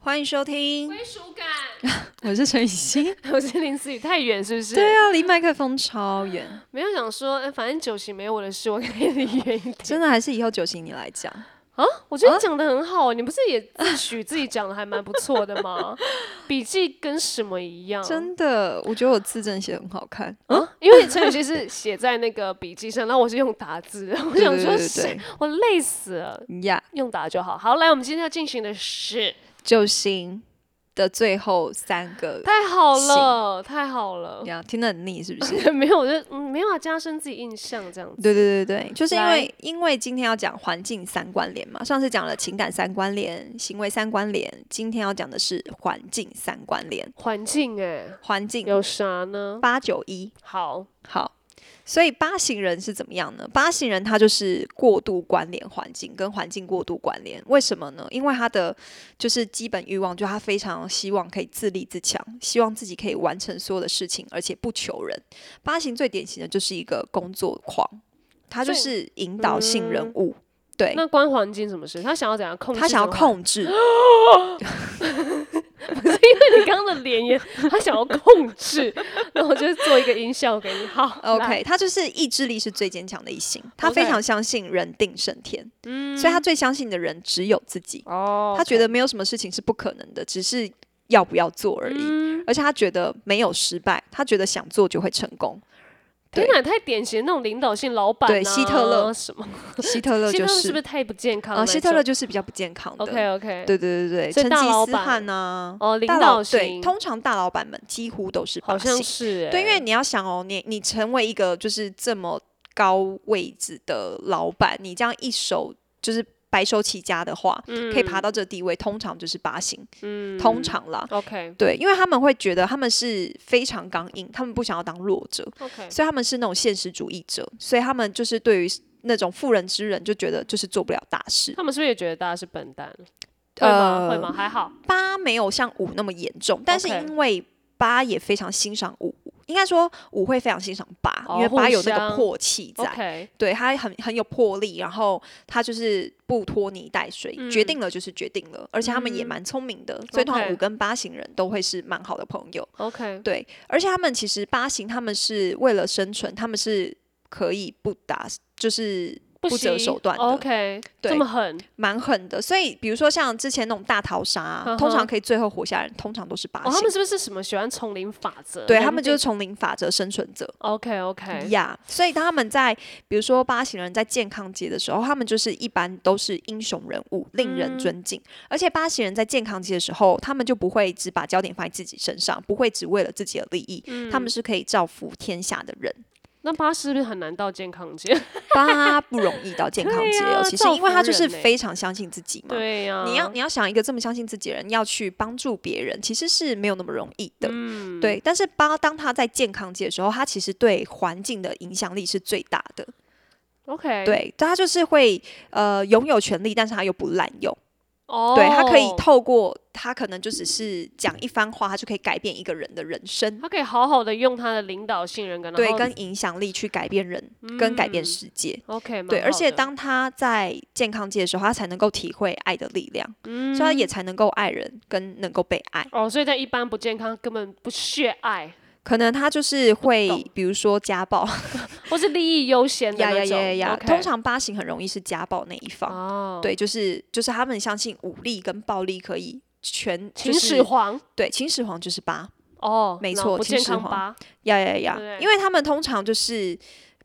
欢迎收听，归属感。我是陈雨欣。 我是林思雨，太远是不 是？对啊，离麦克风超远，没有想说，哎，反正酒席没有我的事，我可以离远一点。真的还是以后酒席你来讲。啊，我觉得你讲的很好，你不是也自诩自己讲的还蛮不错的 吗？笔记跟什么一样？真的，我觉得我字真的写得很好看。啊，因为陈雨希是写在那个笔记上，然后我是用打 字的，我对想对说对谁，对我累死了，对呀，用打就好。好，来，我们今天要进行的是，酒席的最后三个太好行了，太好了，呀，听得很腻是不 是？没有，我就、嗯、没有啊，加深自己印象这样子。对对对对，就是因来为因为今天要讲环境三关联嘛，上次讲了情感三关联、行为三关联，今天要讲的是环境三关联。环境哎、环境有啥呢？八九一，好，好，所以八型人是怎么样呢？八型人他就是过度关联环境，跟环境过度关联。为什么呢？因为他的就是基本欲望，就他非常希望可以自立自强，希望自己可以完成所有的事情，而且不求人。八型最典型的就是一个工作狂，他就所是引导性人物，对嗯那关环境什么事？他想要怎样控制？他想要， 控制。你刚刚的脸也，他想要控制。那我就做一个音效给你。好 OK，来他就是意志力是最坚强的一型，他 OK 非常相信人定胜天，嗯所以他最相信的人只有自己。哦他觉得没有什么事情是不可能的，只是要不要做而已。嗯而且他觉得没有失败，他觉得想做就会成 功。天哪，太典型那种领导性老板、啊，对希特勒什么？希特勒希特就勒是是不是太不健康啊、了？希特勒就是比较不健康的。 OK OK，对对对对，所成以大老吉思板汗呐、哦，领大导老型对，通常大老板们几乎都是好八像型是欸对，因为你要想哦，你你成为一个就是这么高位置的老板，你这样一手就是白手起家的话，可以嗯爬到这个地位，通常就是八型，通常啦。 OK 对，因为他们会觉得他们是非常刚硬，他们不想要当弱者， OK，所以他们是那种现实主义者，所以他们就是对于那种妇人之仁就觉得就是做不了大事。呃他们是不是也觉得大家是笨蛋？会吗？会吗？还好，八没有像五那么严重，但是 OK 因为八也非常欣赏五，应该说五会非常欣赏八、哦因为八有那互个相魄气在。 OK，对他很很有魄力，然后他就是不拖泥带水，决定了就是决定了，而且他们也蛮聪明的，所以通常嗯 OK 五跟八型人都会是蛮好的朋友。 OK，对，而且他们其实八型，他们是为了生存，他们是可以不打，就是不择惜手段的 OK，对啊这么狠，哦蛮狠的。所以，比如说像之前那种大逃杀啊、通呵呵常可以最后活下来，通常都是八哦，他型。们是不是什么喜欢丛林法则？对他们就是是哦哎丛林法则生存者 OK OK，呀所以当他们在比如说八型人在健康节的时候，他们就是一般都是英雄人物，令人尊敬。而且八型人在健康节的时候，他们就不会只把焦点放在自己身上，不会只为了自己的利益，他们是可以造福天下的人。那八是不是很难到健康界？八不容易到健康节对哦，啊其实因为他就是造福人欸非常相信自己嘛。对啊呀、你要你要想一个这么相信自己的人，要去帮助别人，其实是没有那么容易嗯的。对。但是八当他在健康节的时候，他其实对环境的影响力是最大的。 OK，，对，他就是会呃拥有权利，但是他又不滥用。哦，对他可以透过他可能就只是讲一番话，他就可以改变一个人的人生。他可以好好的用他的领导性人格，然对，后嗯跟影响力去改变人，跟改变世界。 OK，对，蛮而好且的当他在健康界的时候，他才能够体会爱的力量，所以他也嗯才能够爱人跟能够被爱。哦，所以在一般不健康根本不屑爱，可能他就是会懂，比如说家暴，或是利益优先的呀那呀种呀呀呀， OK 通常八型很容易是家暴那一方。哦，对，就是就是他们相信武力跟暴力可以全，秦就是始皇对秦始皇就是八，哦，没那错不秦健始康皇吧？呀呀呀对，因为他们通常就是。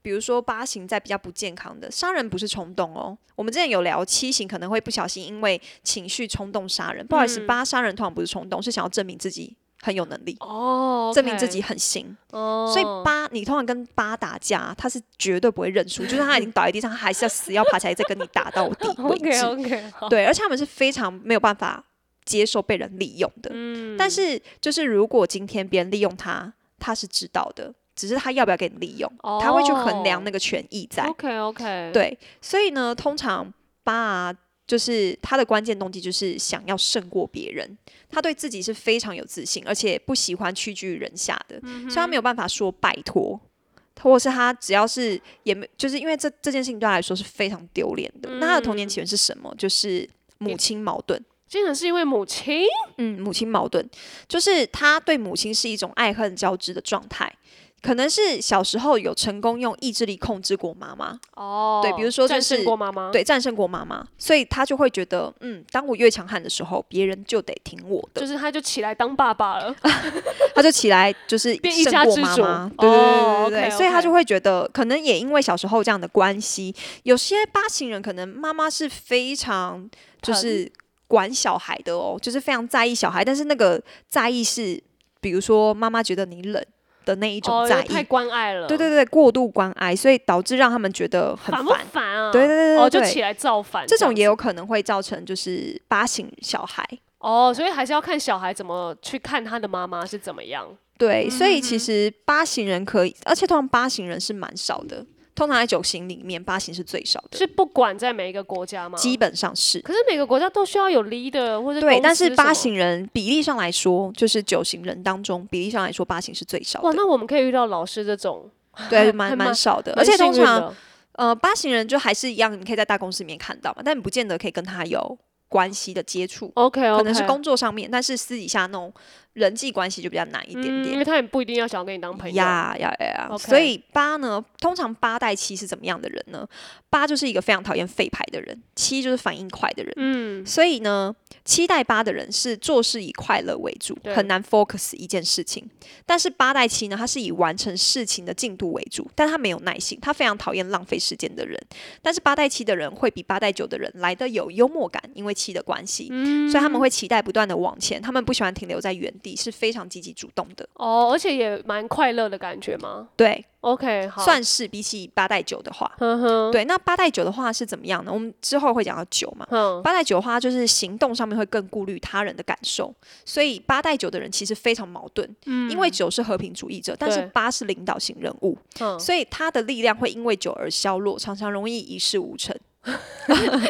比如说八型在比较不健康的杀人不是冲动哦，我们之前有聊七型可能会不小心因为情绪冲动杀人，不好意嗯思，八杀人通常不是冲动，是想要证明自己很有能力，哦证明自 OK 己很行。哦，所以八你通常跟八打架，他是绝对不会认 输，就是他已经倒在地上，他还是要死要爬起来再跟你打到底为止。 OK OK 好，对，而且他们是非常没有办法接受被人利用的。嗯但是就是如果今天别人利用他，他是知道的，只是他要不要给你利用，嗯他会去衡量那个权益在。 OK 哦 OK，，对，所以呢，通常八啊，就是他的关键动机就是想要胜过别人，他对自己是非常有自信，而且不喜欢屈居于人下的，所以他没有办法说拜托。或是他只要是也没，就是因为这这件事情对他来说是非常丢脸的。那他的童年起源是什么？就是母亲矛盾。竟然是因为母亲，嗯，母亲矛盾，就是他对母亲是一种爱恨交织的状态。可能是小时候有成功用意志力控制过妈妈，哦，对比如说就战是胜过妈妈，，对，战胜过妈妈，所以他就会觉得，嗯，当我越强悍的时候，别人就得听我的就，是他就起来当爸爸了，他就起来就是变一胜家过之妈主妈，对对哦对对对对， ，OK，OK 所以他就会觉得，可能也因为小时候这样的关系，有些八型人可能妈妈是非常就疼是管小孩的哦，就是非常在意小孩，但是那个在意是，比如说妈妈觉得你冷的那一种哦，在因为意，太关爱了，对对对，过度关爱，所以导致让他们觉得很烦不烦。烦啊？对对对对哦，就对起来造反，这种样也子有可能会造成就是八型小孩，哦，所以还是要看小孩怎么去看他的妈妈是怎么样。对，所以嗯其实八型人可以，而且通常八型人是蛮少的，通常在九型里面八型是最少的，是不管在每一个国家吗？基本上是。可是每个国家都需要有 leader 或者对，但是八型型人比例上来说，就是九型人当中比例上来说，八型是最少哇，的，那我们可以遇到老师这种，对，还蛮蛮蛮少的。蛮而且通幸运常，的呃，八型人就还是一样，你可以在大公司里面看到嘛，但你不见得可以跟他有关系的接触。 OK OK，可能是工作上面，但是私底下那种人际关系就比较难一点嗯因点。为他也不一定要想要跟你当朋友。呀呀呀呀！ OK 所以八呢，通常八带七是怎么样的人呢？八就是一个非常讨厌废牌的人，七就是反应快的人。嗯，所以呢，七带八的人是做事以快乐为主，对很难 focus 一件事情。但是八带七呢，他是以完成事情的进度为主，但他没有耐心，他非常讨厌浪费时间的人。但是八带七的人会比八带九的人来的有幽默感，因为七的关系，嗯所以他们会期待不断的往前，他们不喜欢停留在原地，是非常积极主动的。哦，而且也蛮快乐的感觉吗对， ？OK，好，嗯算是比起八带九的话，呵呵，对，那八带九的话是怎么样呢？我们之后会讲到九嘛。嗯，八带九的话，就是行动上面会更顾虑他人的感受，所以八带九的人其实非常矛盾，因为九是和平主义者，但是嗯对八是领导型人物，嗯所以他的力量会因为九而削弱，常常容易一事无成。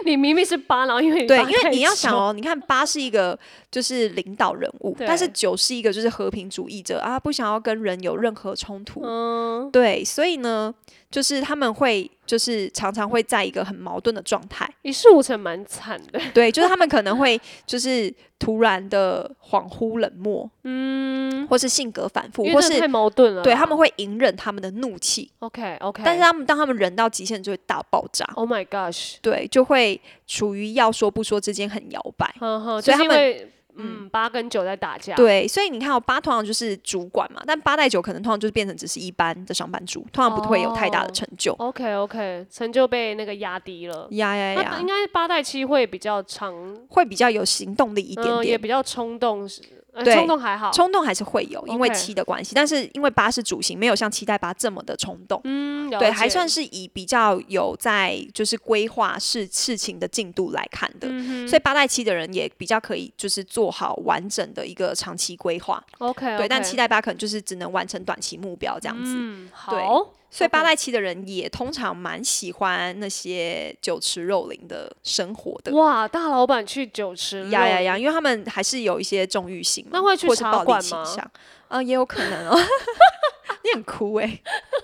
你明明是八，然后因为对，八因为太你要想久，哦，你看八是一个就是领导人物，对但是九是一个就是和平主义者啊，不想要跟人有任何冲突，嗯，对，所以呢，就是他们会就是常常会在一个很矛盾的状态，一事无成蛮惨的。对，就是他们可能会就是突然的恍惚冷漠，嗯，或是性格反复，因或为这是太矛盾了啦。对他们会隐忍他们的怒气， OK OK，但是啊他们当他们忍到极限就会大爆炸， Oh my gosh，对，就会处于要说不说之间很摇摆。呵呵，所以就是他因们为嗯八跟九在打架，对，所以你看、哦，八通常就是主管嘛，但八带九可能通常就是变成只是一般的上班族，通常不会有太大的哦成就。 ，OK OK，成就被那个压低了。呀呀那呀应！该八代七会比较长，会比较有行动力一点嗯，也点，比较冲动，是呃对冲动还好，冲动还是会有，因为 OK 七的关系，但是因为八是主型，没有像七代八这么的冲动。嗯，了对，还解算是以比较有在就是规划事事情的进度来看的，嗯所以八代七的人也比较可以就是做好完整的一个长期规划。 OK，对，但七期代八可能就是只能完成短期目标这样子。嗯好，所以 OK 八代七的人也通常蛮喜欢那些酒池肉林的生活的。哇，大老板去酒池呀肉呀林，呀！因为他们还是有一些纵欲性嘛，那会去或是茶暴力馆倾吗向，啊、也有可能哦。 你很酷哎、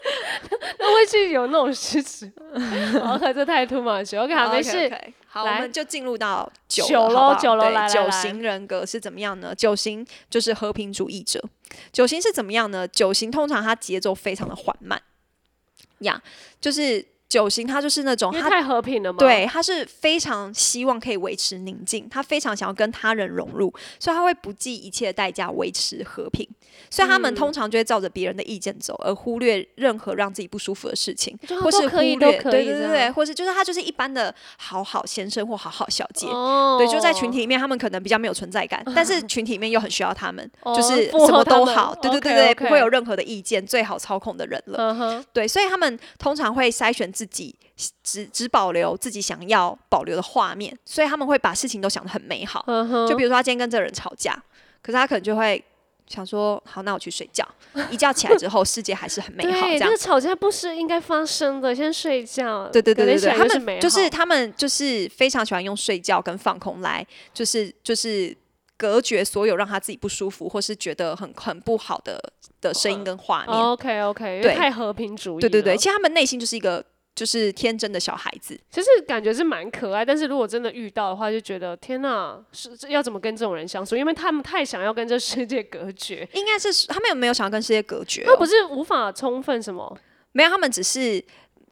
那会去有那种狮 子，OK，这太 too much。OK，好，没事 o，k 好，我来们就进入到九了好九咯不好九咯对来来九来型人格是怎么样呢？九型就是和平主义者。九型是怎么样呢？九型通常它节奏非常的缓慢呀就是九型它就是那种因为它太和平了嘛，，哦对，他是非常希望可以维持宁静，他非常想要跟他人融入，所以他会不计一切代价维持和平。所以他嗯们通常就会照着别人的意见走，而忽略任何让自己不舒服的事情，就或哦都是忽可以略都可对以对对这对，样或是就是他就是一般的好好先生或好好小姐。哦，对，就在群体里面，他们可能比较没有存在感，但是群体里面又很需要他们，就哦是附什和么他都们好，对对对对， ，OK，OK 不会有任何的意见，最好操控的人了。嗯哼，对，所以他们通常会筛选自己只只保留自己想要保留的画面，所以他们会把事情都想得很美好。嗯哼，就比如说他今天跟这个人吵架，可是他可能就会想说：“好，那我去睡觉。”一觉起来之后，世界还是很美好。这对，样这个，吵架不是应该发生的，先睡觉。对对对隔天对起对，来他是们美就是好他们就是非常喜欢用睡觉跟放空来，就是就是隔绝所有让他自己不舒服或是觉得很很不哦好的的声音跟画面。 OK OK，因对为太和平主义了。对对对，其实他们内心就是一个就是天真的小孩子。其实感觉是蛮可爱，但是如果真的遇到的话，就觉得天哪，是这要怎么跟这种人相处？因为他们太想要跟这世界隔绝，应该是他们有没有想要跟世界隔绝那哦、不是无法充分什么？没有，他们只是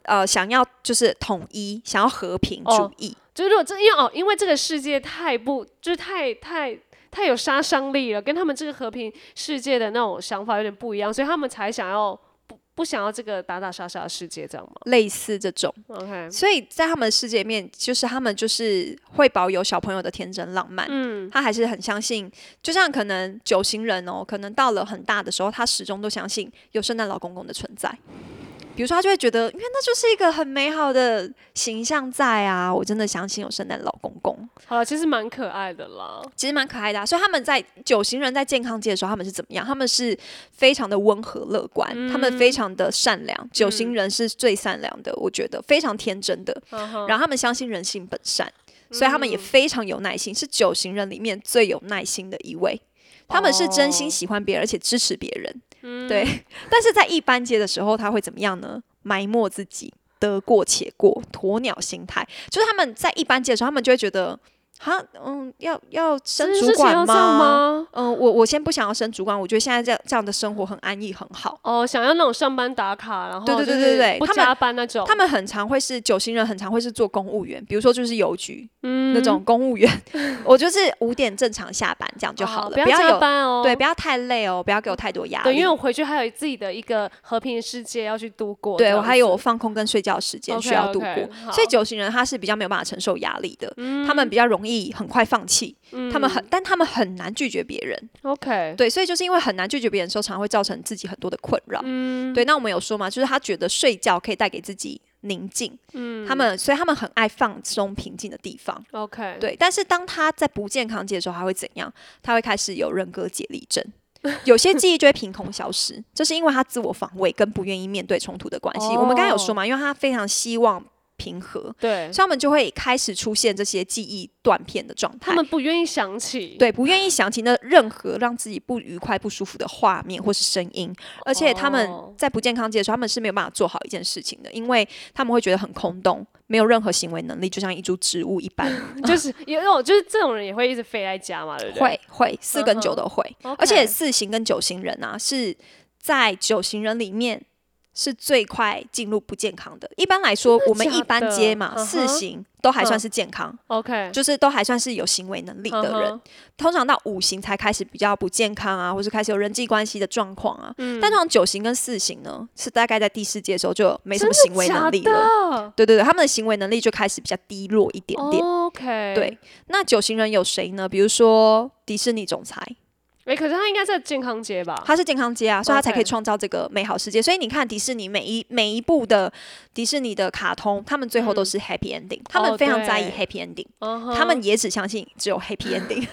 呃想要就是统一，想要和平主哦义。就是如果真因为哦，因为这个世界太不，就是太太太有杀伤力了，跟他们这个和平世界的那种想法有点不一样，所以他们才想要不不想要这个打打杀杀的世界，这样吗类似这种， ？OK，所以在他们的世界里面，就是他们就是会保有小朋友的天真浪漫，嗯，他还是很相信，就像可能九型人哦，可能到了很大的时候，他始终都相信有圣诞老公公的存在。比如说，他就会觉得，因为那就是一个很美好的形象在啊，我真的相信有圣诞老公公，好了，其实蛮可爱的啦。其实蛮可爱的、啊。所以他们在九型人在健康界的时候，他们是怎么样？他们是非常的温和乐观，嗯他们非常的善良。九型人是最善良的，我觉得非常天真的，嗯哼嗯然后他们相信人性本善，所以他们也非常有耐心，是九型人里面最有耐心的一位。他们是真心哦嗯喜欢别人，而且支持别人，对。但是在一般街的时候，他会怎么样呢？埋没自己，得过且过，鸵鸟心态。就是他们在一般街的时候，他们就会觉得，哈，嗯，要要升这件主事情管要这样吗？嗯，我我先不想要升主管，我觉得现在这样这样的生活很安逸，很好。哦，想要那种上班打卡，然后对对就对对是对不他们加班那种，他们很常会是九型人，很常会是做公务员，比如说就是邮局，嗯那种公务员， 我就是五点正常下班这样就好哦了，不要要加有班哦。对，不要太累哦，不要给我太多压对，力因为。我回去还有自己的一个和平世界要去度过这对样子。我还有放空跟睡觉时间 OK，需要度过 OK，好嗯所以九型人他是比较没有办法承受压力的，他们比较容易很快放弃，他们很，但他们很难拒绝别人， OK，对，所以就是因为很难拒绝别人的时候，常常会造成自己很多的困扰。嗯，对，那我们有说嘛，就是他觉得睡觉可以带给自己宁静，嗯他们所以他们很爱放松平静的地方。 ，OK，，对，但是当他在不健康界的时候，他会怎样？他会开始有人格解离症，有些记忆就会凭空消失，这是因为他自我防卫跟不愿意面对冲突的关系。我们刚才有哦说嘛，因为他非常希望平和，对所以他们就会开始出现这些记忆断片的状态他。们不愿意想起，，对，不愿意想起那任何让自己不愉快、不舒服的画面或是声音，而且他们哦在不健康界的时候，他们是没有办法做好一件事情的，因为他们会觉得很空洞，没有任何行为能力，就像一株植物一般。就是有有就是这种人也会一直飞在家嘛，对不对？会会四跟九嗯哼都会， OK，而且四型跟九型人啊，是在九型人里面是最快进入不健康的。一般来说，我们假一般的接嘛，嗯四哼型都还算嗯是健康， OK 就是都还算是有行为能力嗯的人。哼通常到五行才开始比较不健康啊，或是开始有人际关系的状况啊。嗯但通常九型跟四型呢，是大概在第四届的时候就没什么行为能力真了。的假的哦对对对，他们的行为能力就开始比较低落一点点。 OK，对，那九型人有谁呢？比如说迪士尼总裁，哎，可是他应该在健康 街吧？他是健康街啊，所以他才可以 OK 创造这个美好世界。所以你看迪士尼每一每一部的迪士尼的卡通，他们最后都嗯是 happy ending，、他哦们非常在意 happy ending，、他他们也只相信只有 happy ending，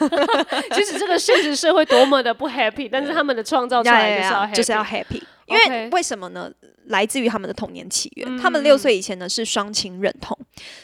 即使这个现实社会多么的不 happy，但是他们的创造出来就是要 happy，就是要 happy。因 OK 嗯为为什么呢？来自于他们的童年起源。他们六岁以前呢是双亲认同，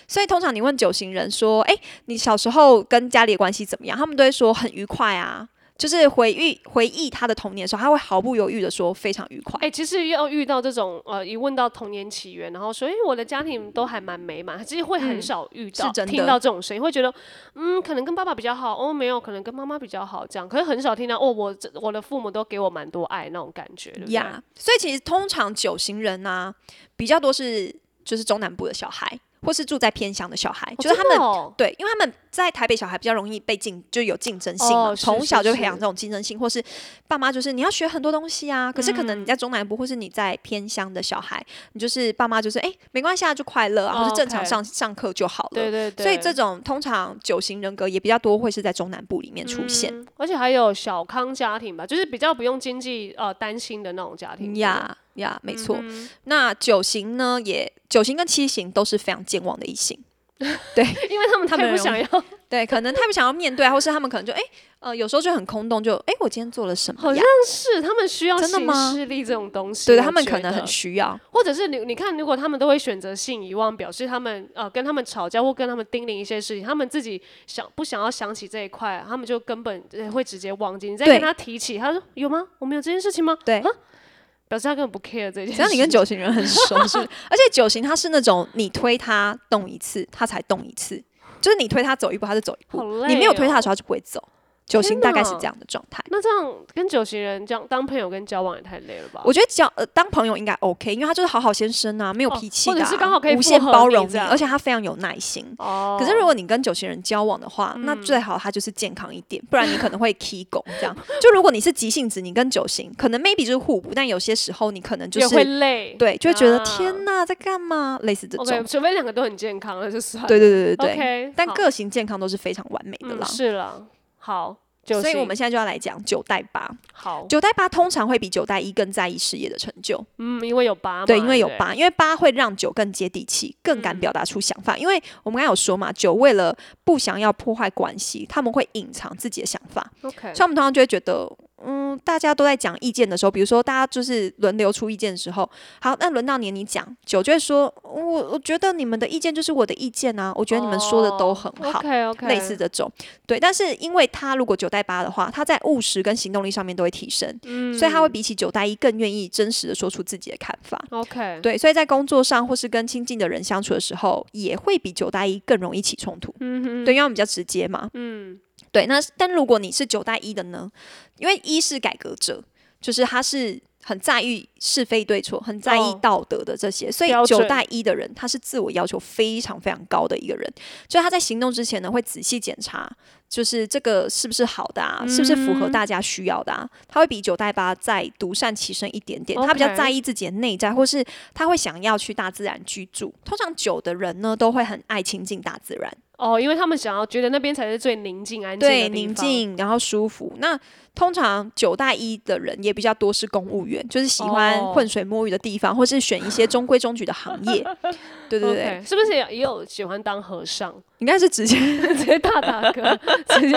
所以通常你问九型人说：“哎、你小时候跟家里的关系怎么样？”他们都会说很愉快啊，就是回忆回忆他的童年的时候，他会毫不犹豫的说非常愉快。哎、其实要遇到这种呃，一问到童年起源，然后说，哎、我的家庭都还蛮美满，其实会很少遇嗯到、是真的听到这种声音，会觉得，嗯，可能跟爸爸比较好，哦，没有，可能跟妈妈比较好，这样，可是很少听到，哦，我这我的父母都给我蛮多爱那种感觉，对不对呀所以其实通常九型人呢、比较多是就是中南部的小孩，或是住在偏乡的小孩，哦就是他真的们、哦对，因为他们在台北小孩比较容易被竞，就有竞争性嘛，哦是从小是就是培养这种竞争性，或是爸妈就是你要学很多东西啊，可是可嗯能你在中南部或是你在偏乡的小孩，你就是爸妈就是哎、没关系啊，就快乐啊，哦或是正常 OK 上、上课就好了。对对对，所以这种通常九型人格也比较多会是在中南部里面出现。嗯而且还有小康家庭吧，就是比较不用经济呃担心的那嗯种家庭，嗯呀呀，没错。那九型呢，也九型跟七型都是非常健忘的一型。对不对因为他们他太们不想要，对，可能他们想要面对啊，或是他们可能就哎、呃，有时候就很空洞，就哎、我今天做了什么好呀像？是他们需要真的行吗事力这种东西，对的，我他们觉可能得很需要。或者是你你看，如果他们都会选择性遗忘，表示他们呃跟他们吵架或跟他们叮咛一些事情，他们自己想不想要想起这一块，他们就根本、呃会直接忘记。你再对跟他提起，他说有吗？我们有这件事情吗？对啊表示他根本不 care 这件事。只要你跟九型人很熟，是不是？而且九型他是那种你推他动一次，他才动一次，就是你推他走一步，他就走一步好；累你没有推哦他的时候，他就不会走。九型大概是天哪这样的状态。那这样跟九型人这样当朋友跟交往也太累了吧？我觉得交呃当朋友应该 OK，因为他就是好好先生啊，没有哦脾气或的、者啊，是刚好可以无附限和包你容你，这样而且他非常有耐心。哦，嗯可是如果你跟九型人交往的话，那最好他就是健康一点，不然你可能会踢狗这样。就如果你是急性子，你跟九型可能 maybe 就是互补，但有些时候你可能就也会是累。对，就会觉得啊天呐，在干嘛？类似这种， ，OK，除非两个都很健康，那就算了。对对对对对。 ，OK，但好个性健康都是非常完美的嗯啦。是了，好，九所以型我们现在就要来讲九代八，好，九代八通常会比九代一更在意事业的成就，嗯，因为有八嘛，嗯对，因为有不，八，因为八会让九更接地气，更敢表达出想法。因为我们刚才有说嘛，九为了不想要破坏关系，他们会隐藏自己的想法， ，OK，所以我们通常就会觉得，嗯，大家都在讲意见的时候，比如说大家就是轮流出意见的时候，好，那轮到你你讲，九就会说，我我觉得你们的意见就是我的意见啊，我觉得你们说的都很好。哦，OK OK，类似这种，对，但是因为他如果九代八的话，他在务实跟行动力上面都会提升，嗯所以他会比起九代一更愿意真实的说出自己的看法。 ，OK，对，所以在工作上或是跟亲近的人相处的时候，也会比九代一更容易起冲突。嗯对，因为我们比较直接嘛。嗯，对。那但如果你是九代一的呢？因为一是改革者，就是他是很在意是非对错，很在意哦道德的这些，所以标九准代一的人，他是自我要求非常非常高的一个人。所以他在行动之前呢，会仔细检查，就是这个是不是好的啊，是不是符合嗯大家需要的啊？他会比九代八再独善其身一点点，他比较 OK 在意自己的内在，或是他会想要去大自然居住。通常九的人呢，都会很爱亲近大自然，哦，因为他们想要觉得那边才是最宁静、安静的对，地宁方，静，然后舒服。那通常九代一的人也比较多是公务员，就是喜欢哦浑水摸鱼的地方，或是选一些中规中矩的行 业。对对对 OK，是不是也也有喜欢当和尚， 应该是直接直接大打嗝， 直接、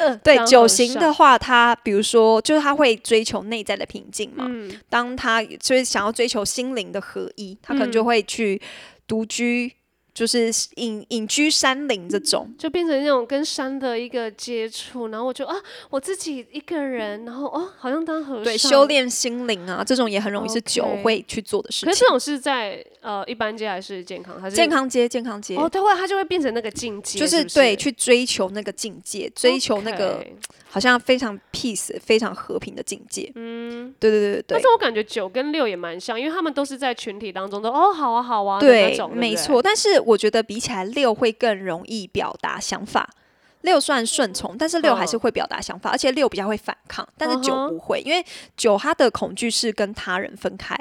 呃对当九和型尚的话，他比如说就是他会追求内在的平静嘛，嗯当他就是想要追求心灵的合一，他可嗯能就会去独居，就是隐隐居山林这种。就变成那种跟山的一个接触，然后我就啊，我自己一个人，然后哦，好像当和尚，对，修。炼心灵啊，这种也很容易是九 OK 会去做的事可是情这。种是在呃一般街还是健康？还是健康街，健康街，哦，对，会它就会变成那个境界，就是是不对是去追求那个境界，追求那个 OK 好像非常 peace、非常和平的境界。嗯，对对对对但是我感觉九跟六也蛮像，因为他们都是在群体当中的哦，好啊，好啊，的对，那种没，错。但是我觉得比起来，六会更容易表达想法。六虽然顺从，但是六还是嗯会表达想法，而且六比较会反抗，但是九嗯哼不会，因为九他的恐惧是跟他人分开，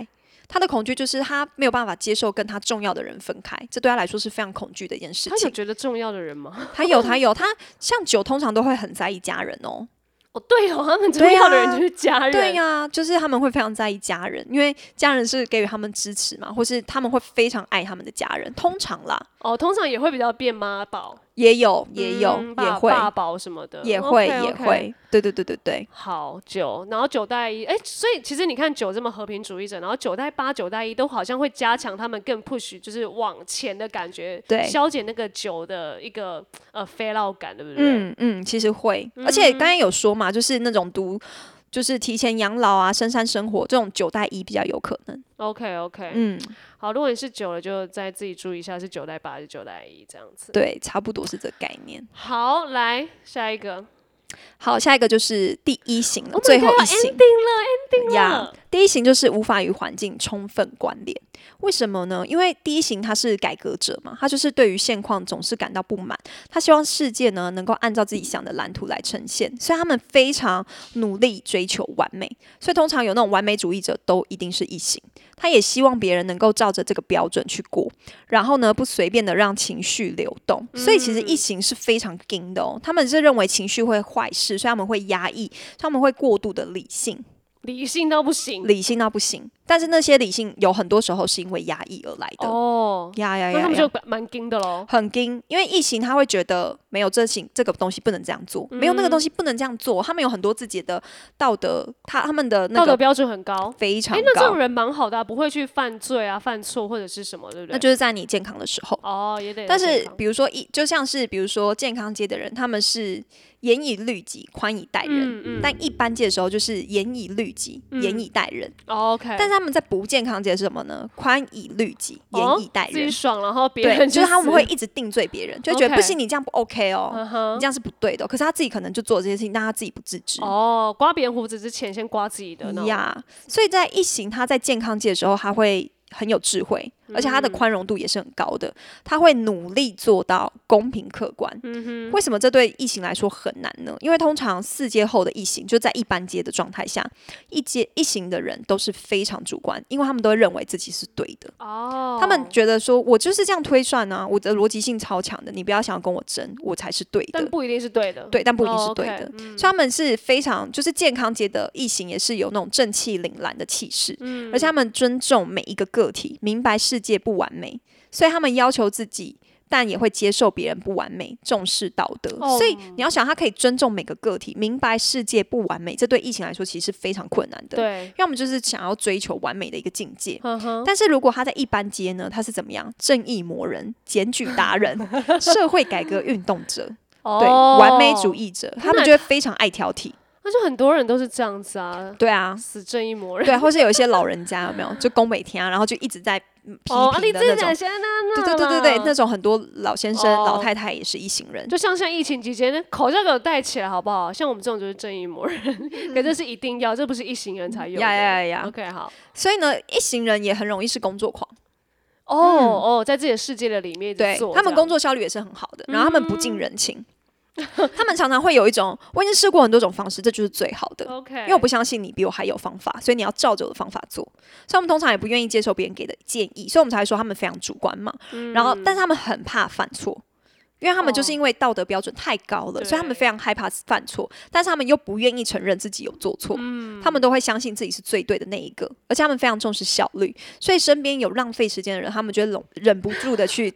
他的恐惧就是他没有办法接受跟他重要的人分开，这对他来说是非常恐惧的一件事对不对他有情。觉得重要的人吗？ 他有，他有，他像九通常都会很在意家人哦，哦，对哦，他们重对要的人啊就是家人，对呀、就是他们会非常在意家人，因为家人是给予他们支持嘛，或是他们会非常爱他们的家人。通常啦，哦，通常也会比较变妈宝，也有，也有，嗯也爸会，爸宝什么的，也会 OK，也 OK 会，对对对对对，好九，然后九代一，哎，所以其实你看九这么和平主义者，然后九代八、九代一都好像会加强他们更 push，就是往前的感觉，对消减那个九的一个呃 fail out 感，对不对？嗯嗯，其实会，而且嗯刚才有说嘛，就是那种读。就是提前养老啊，深山生活这种九代一比较有可能。 ，OK OK，嗯，好，如果你是九了，就再自己注意一下是九代八还是九代一这样子。对，差不多是这概念。好，来下一个，好，下一个就是第一型了 Oh my 最后 God，一型。 ending 了，ending 呀了。第一型就是无法与环境充分关联，为什么呢？因为第一型他是改革者嘛，他就是对于现况总是感到不满，他希望世界呢能够按照自己想的蓝图来呈现，所以他们非常努力追求完美，所以通常有那种完美主义者都一定是一型，他也希望别人能够照着这个标准去过，然后呢不随便的让情绪流动，嗯所以其实一型是非常硬的哦，他们是认为情绪会坏事，所以他们会压抑，他们会过度的理性。理性到不行，理性到不行。但是那些理性有很多时候是因为压抑而来的。哦，呀哎呀那他呀们呀就！蛮精的喽。很惊，因为异形他会觉得没有这行这个东西不能这样嗯做，没有那个东西不能这样做。他们有很多自己的道德，他他们的那道德个标准很高。非常哎，那这高种，人蛮好的、啊，不会去犯罪啊、犯错或者是什么，对不对？那就是在你健康的时候。哦，也得。但是，比如说一，就像是比如说健康界的人，他们是严以律己，宽以待人；嗯嗯但一般界的时候就是严以律己，严以待人。哦，OK，但是他们在不健康界是什么呢？宽以律己，哦严以待自人。己爽，然后别对，人就是他死们会，一直定罪别人，就觉得 OK 不行，你这样不 OK 哦，嗯你哼，这样是不对的哦。可是他自己可能就做这些事情，但他自己不自知。哦，刮别人胡子之前先刮自己的那种。呀所以在一行他在健康界的时候，他会很有智慧，而且他嗯的宽容度也是很高的，他会努力做到公平客观。嗯为什么这对异形来说很难呢？因为通常四阶后的异形，就在一般阶的状态下，一阶一行的人都是非常主观，因为他们都会认为自己是对的。哦，他们觉得说，我就是这样推算啊，我的逻辑性超强的，你不要想要跟我争，我才是对但的。不一定是对的。对，但不一定哦是对，OK，的。所以他们是非常就是健康界的异形，也是有那种正气凛然的气势，嗯而且他们尊重每一个个体，明白世界不完美，所以他们要求自己。但也会接受别人不完美，重视道德哦所以你要想，他可以尊重每个个体，明白世界不完美，这对异形来说其实是非常困难的。，对，因为我们就是想要追求完美的一个境界。嗯哼，但是如果他在一般街呢，他是怎么样？正义魔人、检举达人、 社会改革运动者，对，哦完美主，义者，他们就会非常爱挑剔。那就很多人都是这样子啊，对啊，死正义魔人。对，或是有一些老人家有没有，就宫北天啊，然后就一直在嗯批哦，啊你评的自己那在种。先那对那对对对啦对，那种很多老先生、哦老太太也是一行人。就像现在疫情期间，那口罩给我戴起来好不好？像我们这种就是正义魔人，可这是一定要，这不是一行人才有的。嗯呀呀呀呀 OK，好。所以呢，一行人也很容易是工作狂，哦哦，在自己的世界的里面一直嗯对做他们这样嗯工作效率也是很好的，然后他们不近人情， 他们常常会有一种我已经试过很多种方式，这就是最好的。 OK，因为我不相信你比我还有方法，所以你要照着我的方法做。所以他们通常也不愿意接受别人给的建议，所以我们才说他们非常主观嘛。然后，但是他们很怕犯错，因为他们就是嗯哦因为道德标准太高了，对所以他们非常害怕犯错，但是他们又不愿意承认自己有做错。嗯他们都会相信自己是最对的那一个，而且他们非常重视效率，所以身边有浪费时间的人，他们就会忍忍不住的去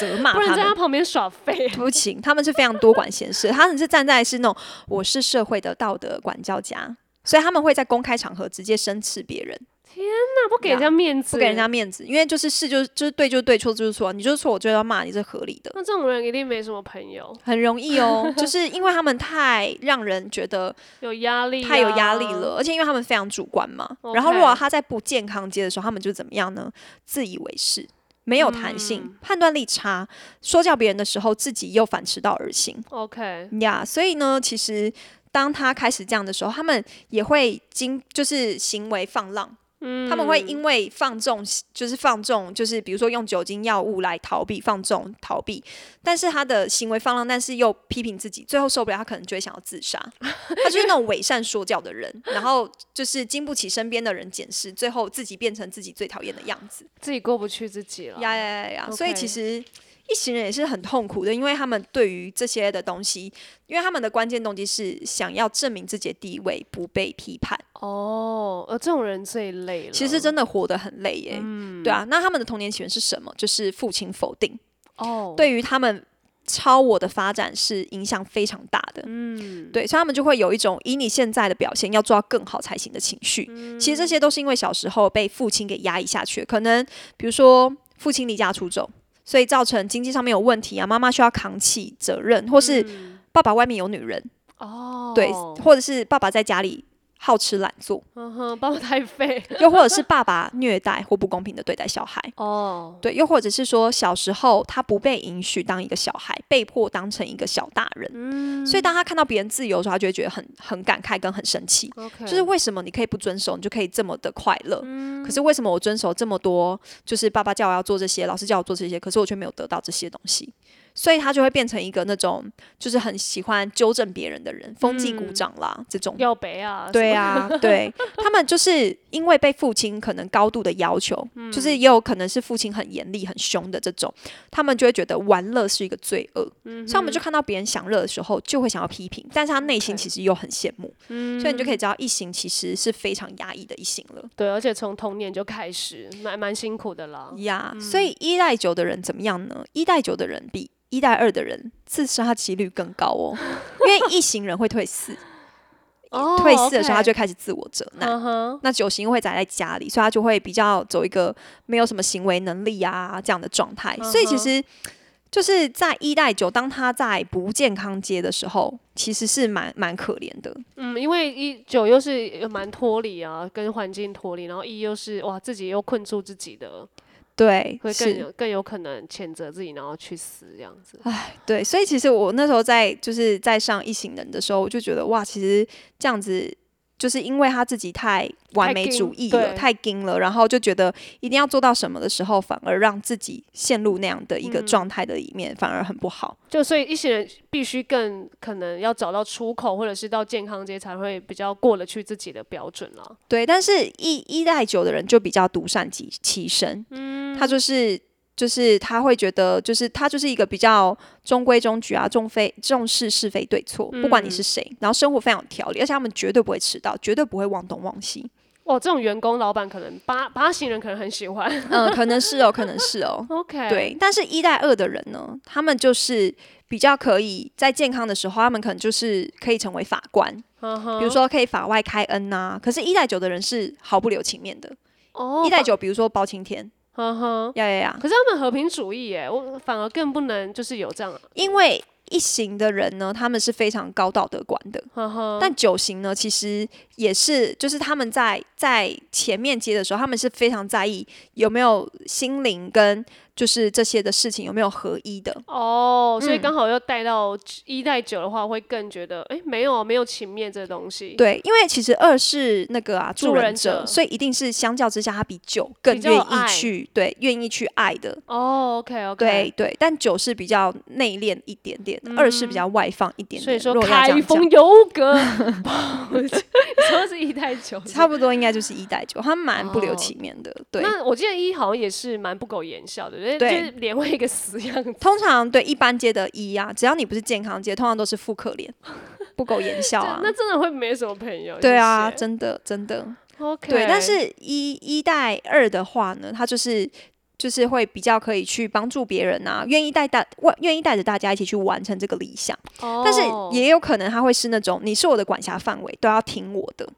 责骂不然他在们他。旁边耍 废。不行，他们是非常多管闲事，他们是站在是那种我是社会的道德管教家，所以他们会在公开场合直接生斥别人，那不给人家面子，不给人。家面子，因为就是是就是就是对就是对，错就是错，你就是错，我就要骂你，这合理的，那这种人一定没什么朋友，很容易哦， 就是因为他们太让人觉得有压力、啊太有压力。了，而且因为他们非常主观嘛， OK 然后如果他在不健康街的时候，他们就怎么样呢？自以为是。没有弹性，判断力差，说教别人的时候，自己又反迟到而行， OK，呀所以呢，其实当他开始这样的时候，他们也会经就是行为放浪，嗯，他们会因为放纵，就是放纵，就是比如说用酒精、药物来逃避放纵逃避，但是他的行为放浪，但是又批评自己，最后受不了，他可能就会想要自杀。他就是那种伪善说教的人，然后就是经不起身边的人检视，最后自己变成自己最讨厌的样子。自己过不去自己了。呀呀呀呀！所以啊 OK 其实一行人也是很痛苦的，因为他们对于这些的东西，因为他们的关键动机是想要证明自己的地位不被批判。哦，呃，这种人最累了。其实真的活得很累嗯耶，对啊。那他们的童年起源是什么？就是父亲否定，哦，，对于他们。超我的发展是影响非常大的，嗯，对，所以他们就会有一种以你现在的表现要做到更好才行的情绪。其实这些都是因为小时候被父亲给压抑下去的，可能比如说父亲离家出走，所以造成经济上面有问题啊，妈妈需要扛起责任，或是爸爸外面有女人，哦，对，或者是爸爸在家里好吃懒做，嗯哼，爸爸太 废。又或者是爸爸虐待或不公平的对待小孩。哦，对，又或者是说小时候他不被允许当一个小孩，被迫当成一个小大人，所以当他看到别人自由的时候，他就会觉得很很感慨跟很生气。 OK，就是为什么你可以不遵守，你就可以这么的快乐？可嗯是为什么我遵守这么多？就是爸爸叫我要做这些，老师叫我做这些，可是我却没有得到这些东西。所以他就会变成一个那种就是很喜欢纠正别人的人，风纪股长啦、这种。要北嗯啊，对什么，啊，对他们就是因为被父亲可能高度的要求，就是嗯也有可能是父亲很严厉、很凶的这种，他们就会觉得玩乐是一个罪恶，嗯所以我们就看到别人享乐的时候，就会想要批评，但是他内心 OK 其实又很羡慕，嗯所以你就可以知道一行其实是非常压抑的一行了。对，而且从童年就开始，蛮蛮辛苦的啦。呀所嗯以一代九的人怎么样呢？一代九的人比一代二的人自杀几率更高哦，因为一行人会退四， 哦退四的时候他就会 OK 开始自我责难。嗯哼，那九型会宅在家里，所以他就会比较走一个没有什么行为能力啊这样的状态。所以其嗯哼实就是在一代九，当他在不健康街的时候，其实是蛮蛮可怜的。嗯，因为一九又是呃蛮脱离啊，跟环境脱离，然后一又是哇自己又困住自己的，对，会更是，有更有可能谴责自己，然后去死这样子。对，所以其实我那时候在就是在上一行人的时候，我就觉得哇，其实这样子。就是因为他自己太完太美硬主义了，对太硬了，然后就觉得一定要做到什么的时候，反而让自己陷入那样的一个嗯状态的里面，反而很不好。就所以一些人必须更可能要找到出口，或者是到健康街才会比较过得去自己的标准啦。对，但是一一代九的人就比较独善其其身，他就是就是他会觉得就是他就是一个比较中规中矩啊，重非重视是非对错，不管你是谁，然后生活非常有条理，而且他们绝对不会迟到，绝对不会忘东忘西。哇，这种员工老板可能八八型人可能很 喜欢。嗯，可能是哦，可能是 哦。 OK，对，但是一代二的人呢，他们就是比较可以在健康的时候，他们可能就是可以成为法官，嗯哦比如说可以法外开恩呐、可是，一代九的人是毫不留情面的。哦，一代九，比如说包青天，嗯哼，呀呀呀，可是他们和平主义耶，我反而更不能就是有这样，因为一行的人呢，他们是非常高道德观的，嗯哼，但九行呢，其实也是，就是他们在在前面接的时候，他们是非常在意有没有心灵跟就是这些的事情有没有合一的。哦，所以嗯刚好又带到一带九的话，会更觉得哎、诶没有没有情面这东西，对，因为其实二是那个啊助助人人者，者所以一定是相较之下，他比九更比较愿有意爱去对愿意去爱的。哦，OK OK，对对，但九是比较内敛一点点，二是比较外放一点点。嗯所以说如果要这开样讲封优 格，抱歉说是一带九，差不多应该就是一代九，他们蛮不留哦情面的。对，那我记得一好像也是蛮不苟言笑的，就是就对是脸会一个死 样子。通常对一般街的一啊，只要你不是健康街，通常都是富可怜， 不苟言笑啊那。真的会没什么朋友。对啊，谢谢真的真的。 ，OK。对，但是一一代二的话呢，他就是就是会比较可以去帮助别人啊，愿意带大我愿意带着大家一起去完成这个理想。哦，但是也有可能他会是那种你是我的管辖范围，都要听我的。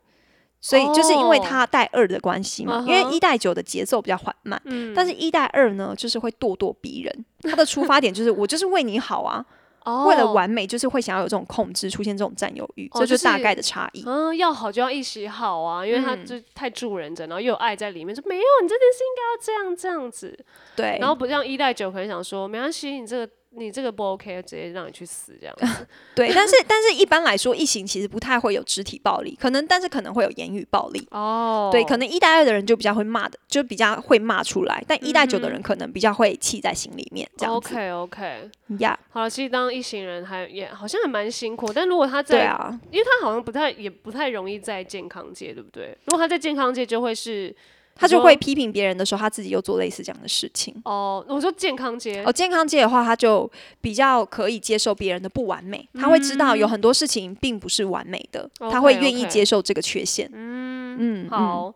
所以就是因为他带二的关系嘛哦嗯哼因为一带九的节奏比较缓慢，嗯但是一带二呢，就是会咄咄逼人。他的出发点就是我就是为你好啊，哦为了完美，就是会想要有这种控制，出现这种占有欲，哦这就就是是大概的差异。嗯，要好就要一起好啊，因为他嗯就太助人者，然后又有爱在里面，说没有，你这件事应该要这样这样子，对，然后不像一代九可能想说没关系，你这个你这个不 OK，直接让你去死这样 子。对，但是但是一般来说，异形其实不太会有肢体暴力，可能但是可能会有言语暴力。哦，对，可能一代二的人就比较会骂的，就比较会骂出来，但一代九的嗯人可能比较会气在心里面，这样子 OK 哦 OK。呀。好了，其实当一行人还也好像还蛮辛苦，但如果他对在啊，因为他好像不太也不太容易在健康界，对不对？如果他在健康界，就会是他你就说会批评别人的时候，他自己又做类似这样的事情。哦，我说健康界，哦，健康界的话，他就比较可以接受别人的不完美，他会知道有很多事情并不是完美的，他会愿意 OK，OK 接受这个缺陷。嗯嗯，好。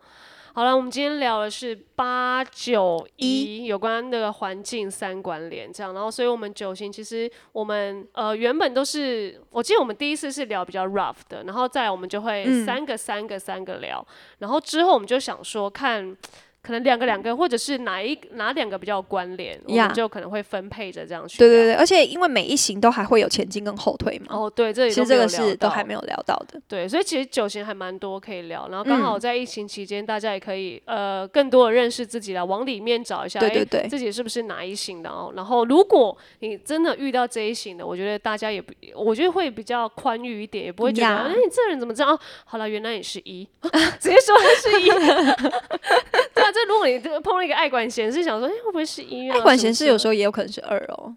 好了，我们今天聊的是八九一有关那个环境三关联这样，然后所以我们九型其实我们呃原本都是，我记得我们第一次是聊比较 rough 的，然后再来我们就会呃嗯三个三个三个聊，然后之后我们就想说看。可能两个两个，或者是哪一哪两个比较有关联我 Yeah 们就可能会分配着这样去。对对对，而且因为每一型都还会有前进跟后退嘛，哦，对，这里其实这个是都都还还没有聊没到有聊到的。对，所以其实九型还蛮多可以聊，然后刚好嗯在疫情期间，大家也可以呃更多的认识自己了，往里面找一下，对诶对对自己是不是哪一型的哦。然后如果你真的遇到这一型的，我觉得大家也不，我觉得会比较宽裕一点，也不会觉得呀哎、你这人怎么这样？哦好了，原来你是一， 直接说他是一。 对啊，这如果你碰到一个爱管闲事，想说哎、会不会是一、啊？爱管闲事有时候候也有可能是二哦，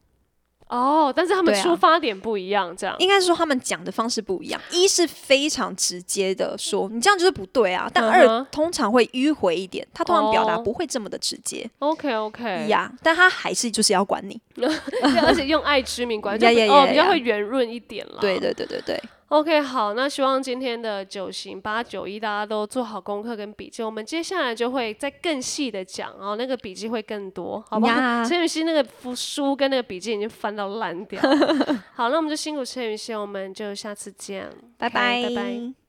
哦，但是他们对啊出发点不一样，这样。应该是说他们讲的方式不一样，一是非常直接的说你这样就是不对啊，但二、嗯哼通常会迂回一点，他通常表达哦不会这么的直接 OK OK，呀但他还是就是要管你。 而且用爱之名管，就呀呀比哦呀比较呀会圆润一点啦。对对对对对， OK，好，那希望今天的九型八九一大家都做好功课跟笔记，我们接下来就会再更细的讲哦，那个笔记会更多，好不好？呀 陈雨欣那个书书跟那个笔记已经 翻到烂掉了好，那我们就辛苦陈雨欣，我们就下次见，拜 OK，拜拜。拜